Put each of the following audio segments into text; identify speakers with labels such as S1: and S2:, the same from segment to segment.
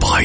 S1: 百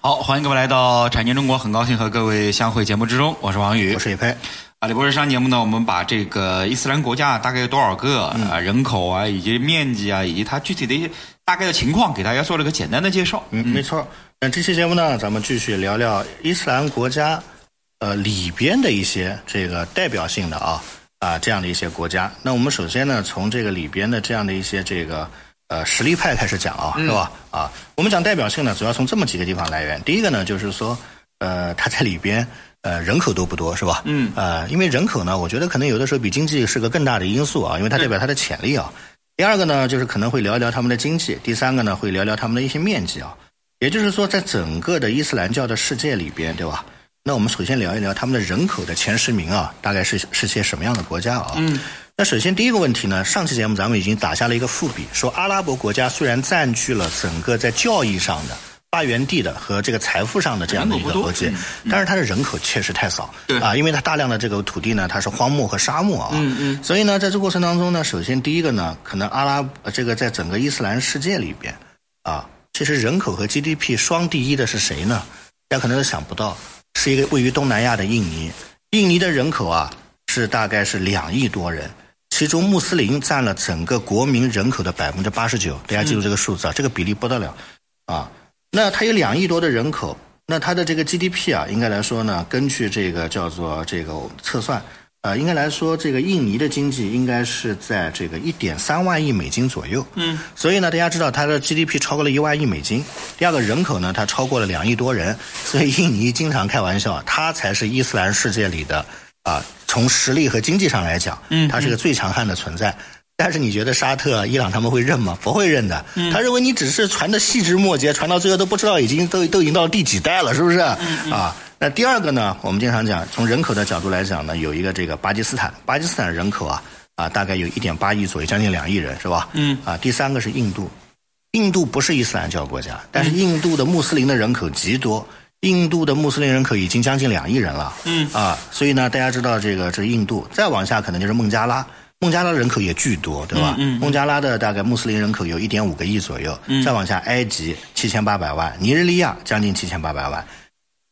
S2: 好，欢迎各位来到《产经中国》，很高兴和各位相会节目之中，我是王宇，
S3: 我是李佩。
S2: 啊，李博士上节目呢，我们把这个伊斯兰国家大概有多少个、
S3: 嗯
S2: 啊，人口啊，以及面积啊，以及它具体的一些大概的情况，给大家做了个简单的介绍。
S3: 嗯，没错。那这期节目呢，咱们继续聊聊伊斯兰国家，呃，里边的一些这个代表性的啊啊这样的一些国家。那我们首先呢，从这个里边的这样的一些这个。呃，实力派开始讲啊，是吧？啊，我们讲代表性呢，主要从这么几个地方来源。第一个呢，就是说，呃，它在里边，呃，人口都不多，是吧？
S2: 嗯。
S3: 呃，因为人口呢，我觉得可能有的时候比经济是个更大的因素啊，因为它代表它的潜力啊。第二个呢，就是可能会聊一聊他们的经济；第三个呢，会聊聊他们的一些面积啊。也就是说，在整个的伊斯兰教的世界里边，对吧？那我们首先聊一聊他们的人口的前十名啊，大概是是些什么样的国家啊？
S2: 嗯，
S3: 那首先第一个问题呢，上期节目咱们已经打下了一个伏笔，说阿拉伯国家虽然占据了整个在教义上的发源地的和这个财富上的这样的一个国界，
S2: 人口嗯
S3: 但是它的人口确实太少，
S2: 对
S3: 啊，因为它大量的这个土地呢，它是荒漠和沙漠啊，
S2: 嗯嗯，
S3: 所以呢，在这过程当中呢，首先第一个呢，可能阿拉呃这个在整个伊斯兰世界里边啊，其实人口和 GDP 双第一的是谁呢？大家可能都想不到，是一个位于东南亚的印尼。印尼的人口啊是大概是两亿多人，其中穆斯林占了整个国民人口的百分之八十九。大家记住这个数字啊，这个比例不得了啊。那它有两亿多的人口，那它的这个 GDP 啊，应该来说呢，根据这个叫做这个测算。呃，应该来说，这个印尼的经济应该是在这个一点三万亿美金左右。嗯，所以呢，大家知道它的 GDP 超过了一万亿美金。第二个人口呢，它超过了两亿多人，所以印尼经常开玩笑，它才是伊斯兰世界里的啊、从实力和经济上来讲，嗯，它是个最强悍的存在。但是你觉得沙特、伊朗他们会认吗？不会认的。他认为你只是传的细枝末节，传到最后都不知道已经都都已经到第几代了，是不是？啊，那第二个呢？我们经常讲，从人口的角度来讲呢，有一个这个巴基斯坦，巴基斯坦人口啊啊大概有一点八亿左右，将近两亿人，是吧？
S2: 嗯。
S3: 啊，第三个是印度，印度不是伊斯兰教国家，但是印度的穆斯林的人口极多，印度的穆斯林人口已经将近两亿人了。嗯啊，所以呢，大家知道这个这个印度，再往下可能就是孟加拉。孟加拉人口也巨多，对吧？嗯孟加拉的大概穆斯林人口有一点五个亿左右，
S2: 嗯
S3: 再往下，埃及七千八百万，尼日利亚将近七千八百万，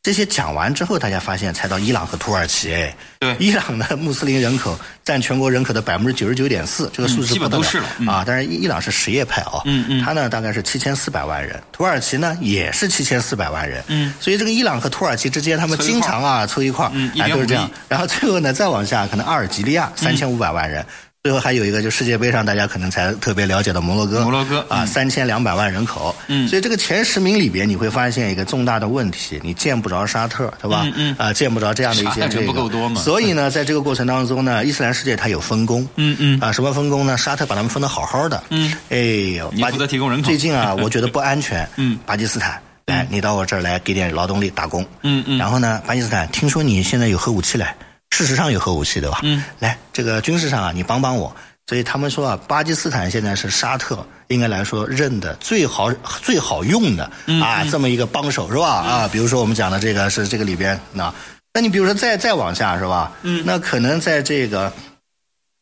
S3: 这些讲完之后，大家发现才到伊朗和土耳其。哎，
S2: 对
S3: 伊朗的穆斯林人口占全国人口的百分之九十九点四，这个数字
S2: 基本
S3: 不得
S2: 都是了嗯
S3: 啊。但是伊朗是什叶派啊，嗯嗯，它呢大概是七千四百万人，土耳其呢也是七千四百万人，嗯，所以这个伊朗和土耳其之间，他们
S2: 凑一块
S3: 经
S2: 儿
S3: 常啊凑一块儿，
S2: 嗯
S3: 哎都是这
S2: 1.5
S3: 样
S2: 亿。
S3: 然后最后呢，再往下可能阿尔及
S2: 嗯
S3: 利亚三千五百万人。最后还有一个，就世界杯上大家可能才特别了解的摩洛哥，
S2: 摩洛哥嗯
S3: 啊，三千两百万人口，嗯，所以这个前十名里边，你会发现一个重大的问题，你见不着沙特，对吧？嗯啊，见不着这样的一
S2: 沙
S3: 些
S2: 特
S3: 这
S2: 人
S3: 个，
S2: 不够多嘛
S3: 所以呢，在这个过程当中呢，伊斯兰世界它有分工，嗯嗯，啊，什么分工呢？沙特把他们分得好好的，嗯，哎呦，
S2: 你
S3: 巴
S2: 负责提供人口嗯
S3: 最近啊，我觉得不 安全，嗯，巴基斯坦。来，你到我这儿来给点劳动力打工，嗯嗯，然后呢，巴基斯坦，听说你现在有核武器来，事实上有核武器对吧？嗯，来，这个军事上啊，你帮帮我。所以他们说啊，巴基斯坦现在是沙特应该来说认的最好最好用的啊这么一个帮手是吧？啊，比如说我们讲的这个是这个里边那，那你比如说再再往下是吧？嗯，那可能在这个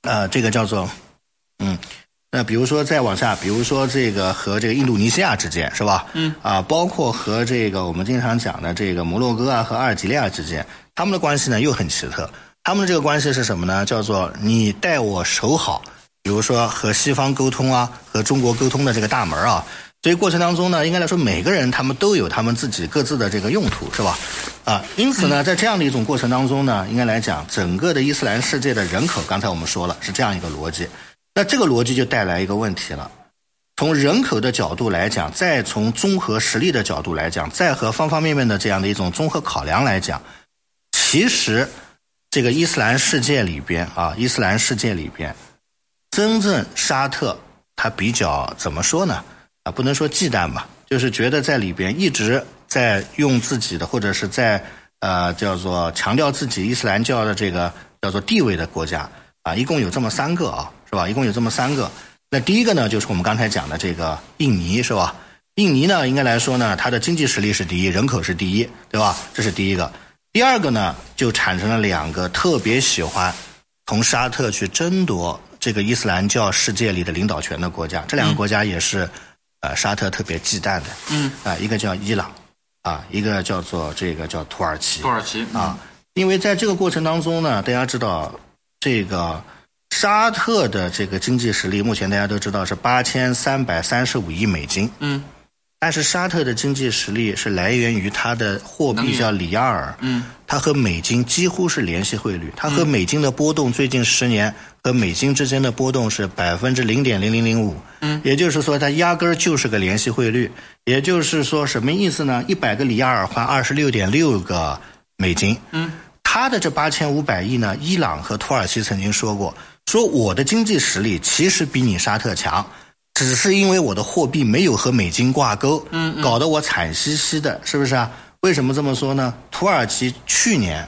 S3: 呃这个叫做嗯，那比如说再往下，比如说这个和这个印度尼西亚之间是吧？嗯啊，包括和这个我们经常讲的这个摩洛哥啊和阿尔及利亚之间，他们的关系呢又很奇特。他们的这个关系是什么呢？叫做你带我守好，比如说和西方沟通啊，和中国沟通的这个大门啊。所以过程当中呢，应该来说，每个人他们都有他们自己各自的这个用途，是吧？啊，因此呢，在这样的一种过程当中呢，应该来讲，整个的伊斯兰世界的人口，刚才我们说了是这样一个逻辑，那这个逻辑就带来一个问题了。从人口的角度来讲，再从综合实力的角度来讲，再和方方面面的这样的一种综合考量来讲，其实这个伊斯兰世界里边啊，伊斯兰世界里边，真正沙特他比较怎么说呢？啊，不能说忌惮吧，就是觉得在里边一直在用自己的，或者是在呃叫做强调自己伊斯兰教的这个叫做地位的国家啊，一共有这么三个啊，是吧？一共有这么三个。那第一个呢，就是我们刚才讲的这个印尼，是吧？印尼呢，应该来说呢，它的经济实力是第一，人口是第一，对吧？这是第一个。第二个呢，就产生了两个特别喜欢从沙特去争夺这个伊斯兰教世界里的领导权的国家，这
S2: 嗯
S3: 两个国家也是、呃沙特特别忌惮的。嗯。啊、一个叫伊朗，啊、一个叫做这个叫土耳其。
S2: 土耳其嗯
S3: 啊，因为在这个过程当中呢，大家知道这个沙特的这个经济实力，目前大家都知道是八千三百三十五亿美金。
S2: 嗯，
S3: 但是沙特的经济实力是来源于它的货币叫里亚尔，嗯，它和美金几乎是联系汇率，它和美金的波动最近十年和美金之间的波动是百分之零点零零零五，嗯，也就是说它压根儿就是个联系汇率，也就是说什么意思呢？一百个里亚尔换二十六点六个美金，嗯，它的这八千五百亿呢，伊朗和土耳其曾经说过，说我的经济实力其实比你沙特强。只是因为我的货币没有和美金挂钩，嗯，搞得我惨兮兮的，是不是啊？为什么这么说呢？土耳其去年，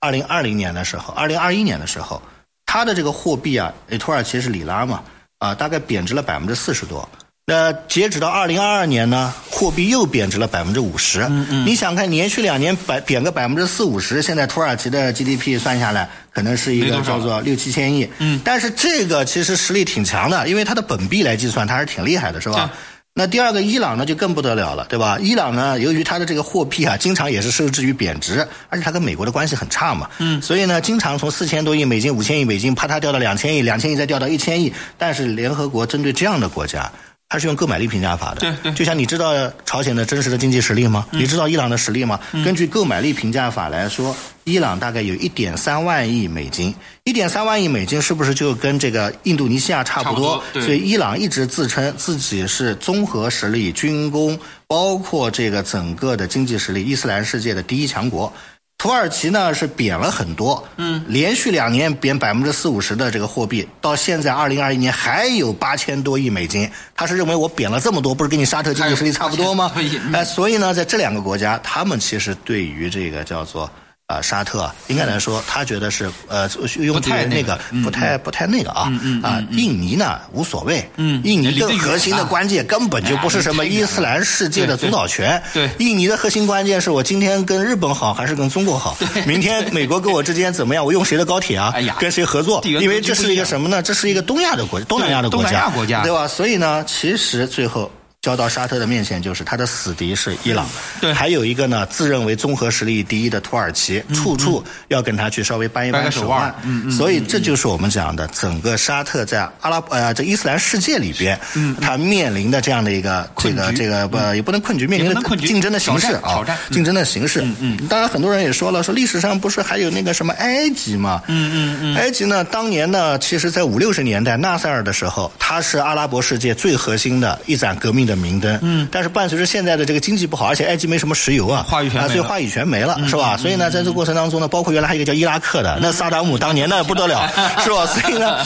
S3: 二零二零年的时候，二零二一年的时候，它的这个货币啊，诶土耳其是里拉嘛，啊，大概贬值了百分之四十多。那截止到二零二二年呢，货币又贬值了百分之五十。嗯嗯，你想看连续两年百贬个百分之四五十，现在土耳其的 GDP 算下来可能是一
S2: 没
S3: 个
S2: 多少
S3: 叫做六七千亿。嗯，但是这个其实实力挺强的，因为它的本币来计算，它还是挺厉害的，是吧？那第二个伊朗呢就更不得了了，对吧？伊朗呢，由于它的这个货币啊，经常也是受制于贬值，而且它跟美国的关系很差嘛，嗯，所以呢，经常从四千多亿美金、五千亿美金，啪嗒掉到两千亿，两千亿再掉到一千亿。但是联合国针对这样的国家，它是用购买力评价法的，
S2: 对对
S3: 就像你知道朝鲜的真实的经济实力吗？你知道伊朗的实力吗？
S2: 嗯
S3: 根据购买力评价法来说，伊朗大概有一点三万亿美金，一点三万亿美金是不是就跟这个印度尼西亚差不
S2: 差不多对
S3: 所以伊朗一直自称自己是综合实力、军工，包括这个整个的经济实力，伊斯兰世界的第一强国。土耳其呢是贬了很多，嗯，连续两年贬百分之四五十的这个货币，到现在二零二一年还有八千多亿美金。他是认为我贬了这么多，不是跟你沙特经济实力差不多吗
S2: 还有8000多亿？嗯
S3: 哎，所以呢，在这两个国家，他们其实对于这个叫做呃沙特啊，应该来说，他觉得是呃用
S2: 不太嗯
S3: 这个那个不太不太那个啊啊，印尼呢无所谓，印尼
S2: 嗯离得
S3: 的
S2: 远
S3: 核心的
S2: 啊
S3: 关键根本就不是什么伊斯兰世界的主导权，
S2: 哎对对
S3: 印尼的核心关键是我今天跟日本好还是跟中国好，明天美国跟我之间怎么样，我用谁的高铁啊
S2: 哎呀，
S3: 跟谁合作，
S2: 地缘
S3: 因
S2: 格
S3: 为
S2: 局
S3: 这
S2: 不
S3: 是
S2: 一
S3: 一个
S2: 样
S3: 什么呢？这是一个东亚的国，东南亚的
S2: 对
S3: 国家，
S2: 东南亚国家
S3: 对吧？所以呢，其实最后。交到沙特的面前，就是他的死敌是伊朗，
S2: 对
S3: 还有一个呢，自认为综合实力第一的土耳其，处处要跟他去稍微扳一
S2: 嗯掰
S3: 扳
S2: 个
S3: 手
S2: 手腕
S3: 腕，嗯嗯，所以这就是我们讲的整个沙特在阿拉伯呃在伊斯兰世界里边，嗯，他面临的这样的一个这
S2: 困
S3: 个
S2: 局嗯
S3: 这个不也不能困局，面临
S2: 也不
S3: 的
S2: 能困局
S3: 竞争的形式
S2: 挑战
S3: 啊
S2: 挑战，嗯
S3: 竞争的形式，嗯嗯，当然很多人也说了，说历史上不是还有那个什么埃及嘛，嗯嗯嗯，埃及呢，当年呢，其实在五六十年代纳赛尔的时候，它是阿拉伯世界最核心的一盏革命的明灯，嗯，但是伴随着现在的这个经济不好，而且埃及没什么石油啊，
S2: 话语权
S3: 啊
S2: 没
S3: 所以
S2: 了嗯
S3: 话语权没了，是吧？所以呢，在这个过程当中呢，包括原来还有一个叫伊拉克的，那萨达姆当年那不得 了，是吧？所以呢，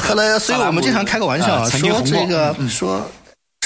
S3: 后来，所以我们经常开个玩笑
S2: 啊
S3: 啊，
S2: 曾经
S3: 说
S2: 红过
S3: 这个说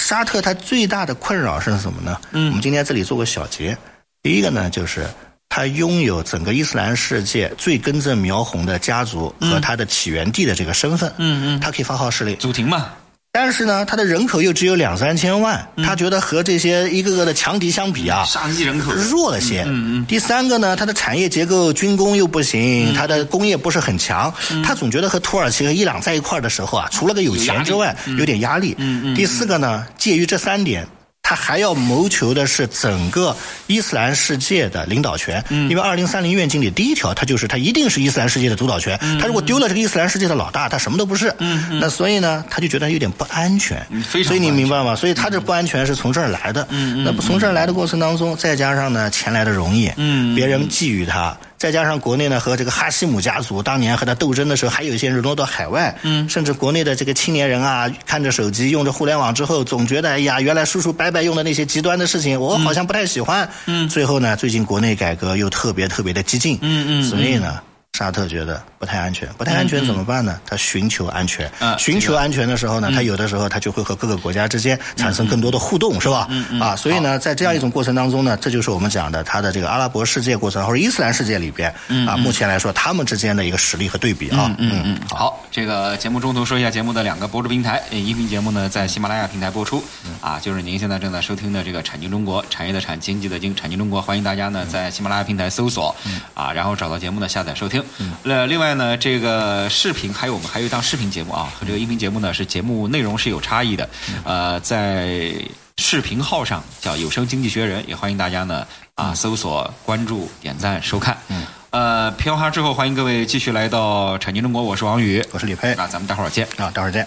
S3: 沙特它最大的困扰是什么呢？嗯，我们今天这里做个小结。第一个呢，就是它拥有整个伊斯兰世界最根正苗红的家族和它的起源地的这个身份。嗯嗯，它可以发号施令。
S2: 祖庭嘛，
S3: 但是呢，它的人口又只有两三千万，他觉得和这些一个个的强敌相比啊，
S2: 上亿人口，
S3: 弱了
S2: 嗯
S3: 些。第三个呢，它的产业结构军工又不
S2: 嗯
S3: 行，它的工业不是很强，他总觉得和土耳其和伊朗在一
S2: 嗯
S3: 块儿的时候啊，除了个有钱之外，有点压力。第四个呢，介于这三点。他还要谋求的是整个伊斯兰世界的领导权。
S2: 嗯
S3: 因为二零三零愿景里第一条，它就是它一定是伊斯兰世界的主导权。
S2: 嗯
S3: 他如果丢了这个伊斯兰世界的老大，他什么都不是。那所以呢，他就觉得有点不安全
S2: 嗯非。常
S3: 所以你
S2: 不安全
S3: 明白吗？所以他这不安全是从这儿来的。那不从这儿来的过程当中，再加上呢钱来的容易，别人觊觎他。再加上国内呢和这个哈希姆家族当年和他斗争的时候，还有一些人挪到海外，嗯，甚至国内的这个青年人啊，看着手机用着互联网之后，总觉得哎呀，原来叔叔伯伯用的那些极端的事情，我好像不太喜欢，嗯，最后呢，最近国内改革又特别特别的激进，嗯嗯，所以呢。沙特觉得不太安全，不太安全怎么办呢？他寻求安全
S2: 啊，
S3: 寻求安全的时候呢，他有的时候他就会和各个国家之间产生更多的互动，是吧？啊，所以呢，在这样一种过程当中呢，这就是我们讲的他的这个阿拉伯世界过程或者伊斯兰世界里边啊，目前来说他们之间的一个实力和对比啊，嗯嗯，
S2: 好，这个节目中途说一下节目的两个播出平台，呃音频节目呢在喜马拉雅平台播出，
S3: 嗯
S2: 啊，就是您现在正在收听的这个《产经中国》，产业的产，经济的经，产经中国，欢迎大家
S3: 嗯
S2: 呢在喜马拉雅平台搜索，啊，然后找到节目呢下载收听。
S3: 嗯
S2: 呃，另外呢，这个视频还有我们还有一档视频节目
S3: 嗯
S2: 啊，和这个音频节目呢是节目内容是有差异的，呃，在。视频号上叫有声经济学人，也欢迎大家呢
S3: 嗯
S2: 啊搜索、关注、点赞、收看。嗯，呃，片花之后，欢迎各位继续来到产经中国，我是王宇，
S3: 我是李佩
S2: 啊，咱们待会儿见。
S3: 啊，待会儿见。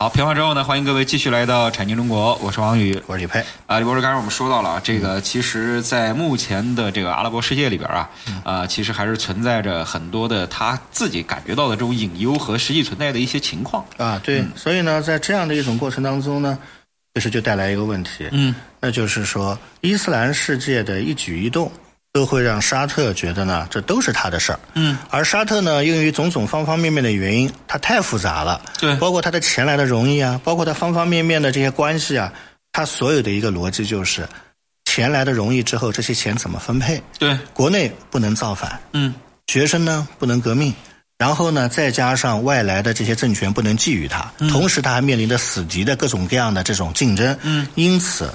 S2: 好，片花之后呢，欢迎各位继续来到产经中国，我是王宇。
S3: 我是李佩，
S2: 啊，李博士，刚才我们说到了啊，这个其实，在目前的这个阿拉伯世界里边啊，啊，其实还是存在着很多的他自己感觉到的这种隐忧和实际存在的一些情况。
S3: 啊，对，所以呢，在这样的一种过程当中呢，其实就带来一个问题，
S2: 嗯，
S3: 那就是说，伊斯兰世界的一举一动都会让沙特觉得呢，这都是他的事儿，嗯，而沙特呢，由于种种方方面面的原因，它太复杂了，
S2: 对
S3: 包括他的钱来的容易啊，包括他方方面面的这些关系啊，他所有的一个逻辑就是，钱来的容易之后，这些钱怎么分配？
S2: 对，
S3: 国内不能造反，
S2: 嗯，
S3: 学生呢不能革命，然后呢再加上外来的这些政权不能觊觎他，同时他还面临着死敌的各种各样的这种竞争，嗯，因此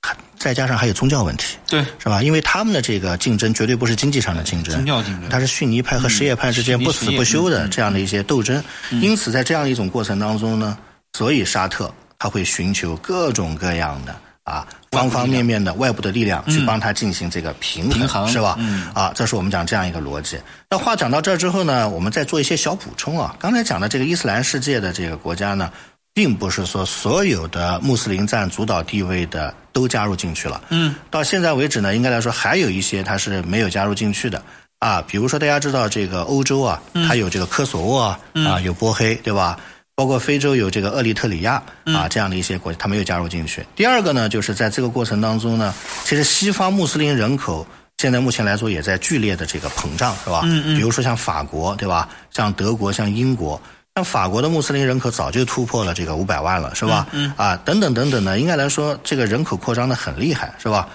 S3: 还再加上还有宗教问题，
S2: 对，
S3: 是吧？因为他们的这个竞争绝对不是经济上的竞争，
S2: 宗教竞争
S3: 它是逊尼派和什叶派之间
S2: 嗯
S3: 不死不休的这样的一些斗争。因此，在这样一种过程当中呢，所以沙特他会寻求各种各样的啊方方面面的外部的力量去帮他进行这个平衡，
S2: 嗯平衡嗯
S3: 是吧？啊，这是我们讲这样一个逻辑。那话讲到这儿之后呢，我们再做一些小补充啊。刚才讲的这个伊斯兰世界的这个国家呢。并不是说所有的穆斯林占主导地位的都加入进去了，嗯，到现在为止呢，应该来说还有一些它是没有加入进去的啊，比如说大家知道这个欧洲啊，它有这个科索沃啊，啊有波黑，对吧？包括非洲有这个厄立特里亚啊这样的一些国家，它没有加入进去。第二个呢，就是在这个过程当中呢，其实西方穆斯林人口现在目前来说也在剧烈的这个膨胀，是吧？嗯嗯。比如说像法国，对吧？像德国，像英国。像法国的穆斯林人口早就突破了这个五百万了，是吧？嗯啊，等等等等呢，应该来说，这个人口扩张的很厉害，是吧？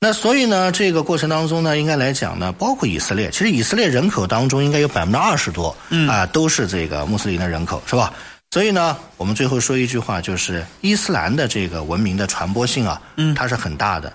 S3: 那所以呢，这个过程当中呢，应该来讲呢，包括以色列，其实以色列人口当中应该有百分之二十多，嗯啊、都是这个穆斯林的人口，是吧？所以呢，我们最后说一句话，就是伊斯兰的这个文明的传播性啊，嗯，它是很大的，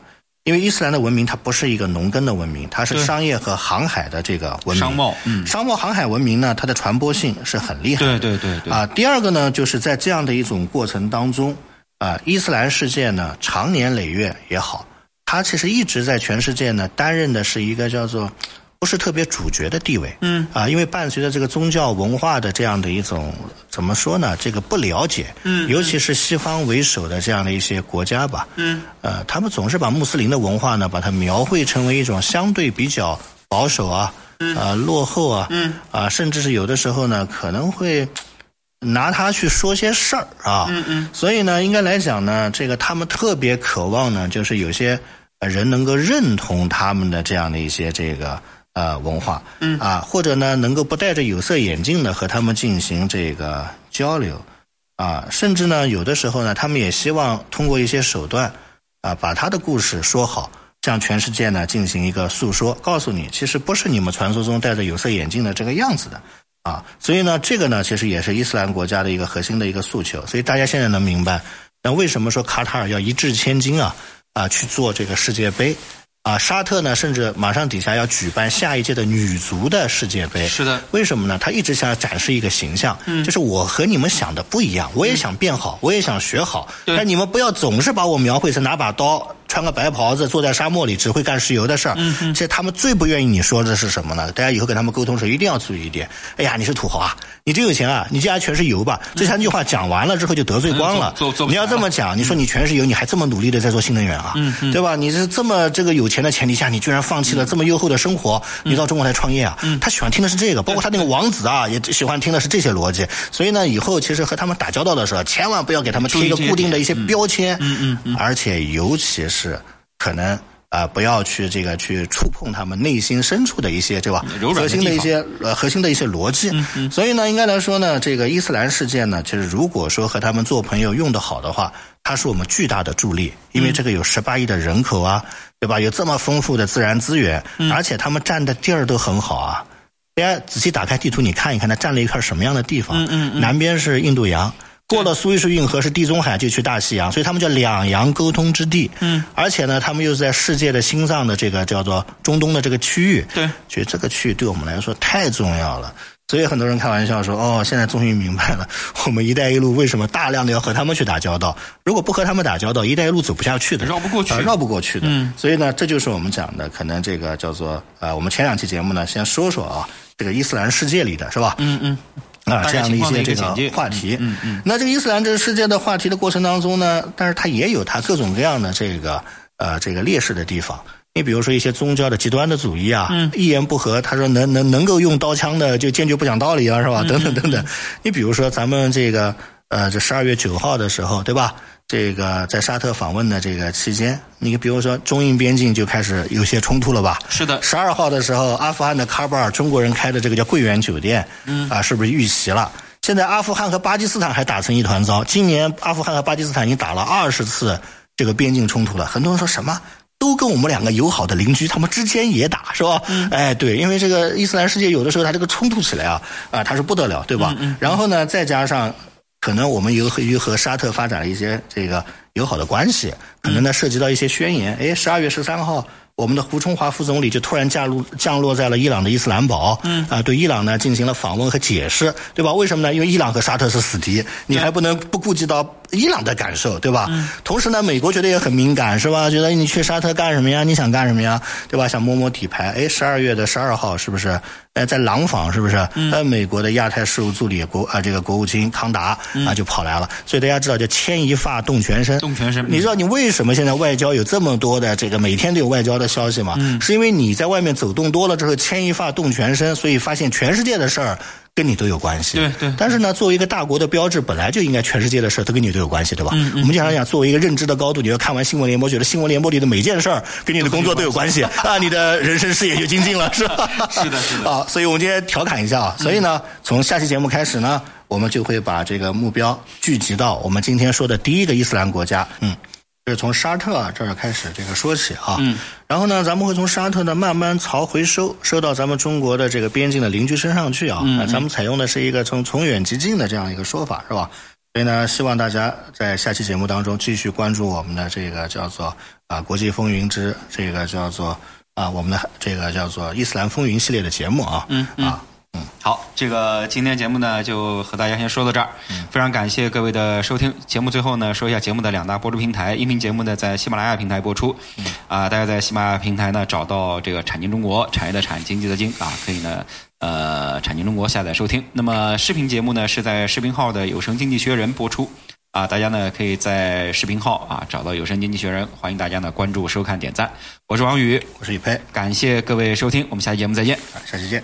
S3: 因为伊斯兰的文明它不是一个农耕的文明，它是
S2: 对
S3: 商业和航海的这个文明，
S2: 商贸嗯
S3: 商贸航海文明呢，它的传播性是很厉害的，
S2: 对对对对，
S3: 啊，第二个呢，就是在这样的一种过程当中，啊，伊斯兰世界呢，长年累月也好，它其实一直在全世界呢担任的是一个叫做不是特别主角的地位。嗯，啊，因为伴随着这个宗教文化的这样的一种怎么说呢，这个不了解，嗯，尤其是西方为首的这样的一些国家吧，嗯，呃，他们总是把穆斯林的文化呢，把它描绘成为一种相对比较保守啊。啊，落后啊，嗯，啊，甚至是有的时候呢，可能会拿它去说些事儿啊。嗯嗯。所以呢，应该来讲呢，这个他们特别渴望呢，就是有些呃人能够认同他们的这样的一些这个呃文化，嗯啊，或者呢能够不戴着有色眼镜的和他们进行这个交流啊，甚至呢有的时候呢，他们也希望通过一些手段。啊，把他的故事说好，向全世界呢进行一个诉说，告诉你其实不是你们传说中戴着有色眼镜的这个样子的啊。所以呢，这个呢其实也是伊斯兰国家的一个核心的一个诉求。所以大家现在能明白，那为什么说卡塔尔要一掷千金啊啊去做这个世界杯？啊，沙特呢，甚至马上底下要举办下一届的女足的世界杯。
S2: 是的嗯
S3: 为什么呢？他一直想要展示一个形象，就是我和你们想的不一样，我也想变好，我也想学好，
S2: 对
S3: 但你们不要总是把我描绘成拿把刀、穿个白袍子坐在沙漠里只会干石油的事儿。
S2: 嗯
S3: 其实他们最不愿意你说的是什么呢？大家以后跟他们沟通时候一定要注意一点。哎呀，你是土豪啊，你真有钱啊，你家全是油吧？这三句话讲完了之后就得罪光了。
S2: 嗯做做做不
S3: 你要
S2: 起
S3: 这
S2: 来了
S3: 么讲，你说你全是油，你还这么努力的在做新能源啊，
S2: 嗯
S3: 对吧？你是这么这个有钱的前提下，你居然放弃了这么优厚的生活，
S2: 嗯
S3: 你到中国来创业啊？他喜欢听的是这个，包括他那个王子啊，也喜欢听的是这些逻辑。所以呢，以后其实和他们打交道的时候，千万不要给他们贴一个
S2: 注意这些
S3: 固定的一些
S2: 点嗯
S3: 标签，
S2: 嗯嗯
S3: 而且尤其是可能。啊、不要去这个去触碰他们内心深处的一些，对吧？
S2: 柔软
S3: 核
S2: 的
S3: 心的
S2: 地
S3: 一
S2: 方嗯
S3: 些。些呃核心的一些逻辑。所以呢，应该来说呢，这个伊斯兰世界呢，其实如果说和他们做朋友用得好的话，它是我们巨大的助力，因
S2: 嗯
S3: 为这个有十八亿的人口啊，对吧？有这么丰富的自然资源，
S2: 嗯
S3: 而且他们占的地儿都很好啊。大家仔细打开地图，你看一看，它占了一块什么样的地
S2: 嗯
S3: 方？南边是印度洋。过了苏伊士运河是地中海，就去大
S2: 嗯
S3: 西洋，所以他们叫两洋沟通之地。嗯，而且呢，他们又是在世界的心脏的这个叫做中东的这个区域。
S2: 对，
S3: 其实这个区域对我们来说太重要了。所以很多人开玩笑说：“哦，现在终于明白了， 我们‘一带一路’为什么大量的要和他们去打交道。如果不和他们打交道，‘一带一路’走不下去的，
S2: 绕不过去
S3: 呃绕不过去的。
S2: 嗯
S3: 所以呢，这就是我们讲的，可能这个叫做呃，我们前两期节目呢，先说说啊，这个伊斯兰世界里的是吧？
S2: 嗯嗯，大
S3: 啊，这
S2: 概
S3: 样的
S2: 情
S3: 一
S2: 况的
S3: 些
S2: 一个
S3: 这
S2: 简介
S3: 个话题。
S2: 嗯嗯
S3: 那这个伊斯兰这个世界的话题的过程当中呢，但是它也有它各种各样的这个呃这个劣势的地方。你比如说一些宗教的极端的主义啊，
S2: 嗯
S3: 一言不合，他说能能能够用刀枪的就坚决不讲道理啊，是
S2: 嗯
S3: 吧？等等等等。你比如说咱们这个呃，这十二月九号的时候，对吧？这个在沙特访问的这个期间，你比如说中印边境就开始有些冲突了吧？
S2: 是的
S3: 十二号的时候，阿富汗的喀布尔中国人开的这个叫桂园酒店，嗯，啊，是不是遇袭了？现在阿富汗和巴基斯坦还打成一团糟。今年阿富汗和巴基斯坦已经打了二十次这个边境冲突了。很多人说什么？都跟我们两个友好的邻居，他们之间也打，是吧？哎，对，因为这个伊斯兰世界有的时候它这个冲突起来啊，啊，它是不得了，对吧？然后呢，再加上可能我们由于和沙特发展了一些这个友好的关系，可能呢涉及到一些宣言。哎，十二月十三号，我们的胡春华副总理就突然降落降落在了伊朗的伊斯兰堡，嗯啊，对伊朗呢进行了访问和解释，对吧？为什么呢？因为伊朗和沙特是死敌，你还不能不顾及到伊朗的感受，对吧？
S2: 嗯
S3: 同时呢，美国觉得也很敏感，是吧？觉得哎你去沙特干什么呀？你想干什么呀？对吧？想摸摸底牌。哎，十二月的十二号是不是？呃，在廊坊是不是？
S2: 嗯
S3: 呃，美国的亚太事务助理国啊、这个国务卿康达啊、就跑来了。所以大家知道叫牵一发动全身。
S2: 嗯动全身
S3: 你知道你为什么现在外交有这么多的这个每天都有外交的消息吗？
S2: 嗯
S3: 是因为你在外面走动多了之后，牵一发动全身，所以发现全世界的事儿。跟你都有关系，
S2: 对对
S3: 但是呢，作为一个大国的标志，本来就应该全世界的事儿都跟你都有关系，对吧？
S2: 嗯
S3: 我们经常讲，作为一个认知的高度，你要看完新闻联播，觉得新闻联播里的每件事儿跟你的工作都有 关系啊，你的人生事业就精进了，是吧？
S2: 是的是的
S3: 啊，所以我们今天调侃一下啊，所以呢，从下期节目开始呢，我们就会把这个目标聚集到我们今天说的第一个伊斯兰国家，嗯。就是从沙特啊这儿开始这个说起啊，嗯，然后呢，咱们会从沙特呢慢慢朝回收，收到咱们中国的这个边境的邻居身上去啊。嗯咱们采用的是一个从从远及近的这样一个说法，是吧？所以呢，希望大家在下期节目当中继续关注我们的这个叫做啊国际风云之这个叫做啊我们的这个叫做伊斯兰风云系列的节目啊，嗯啊，
S2: 好，这个今天节目呢就和大家先说到这儿，非常感谢各位的收听。节目最后呢说一下节目的两大播出平台，音频节目呢在喜马拉雅平台播出，啊、大家在喜马拉雅平台呢找到这个“产经中国”，产业的产，经济的经啊，可以呢。呃，产经中国下载收听。那么视频节目呢，是在视频号的有声经济学人播出，啊，大家呢可以在视频号啊找到有声经济学人，欢迎大家呢关注、收看、点赞。我是王宇，
S3: 我是宇飞，啊
S2: 感谢各位收听，我们下期节目再见。
S3: 啊下期见。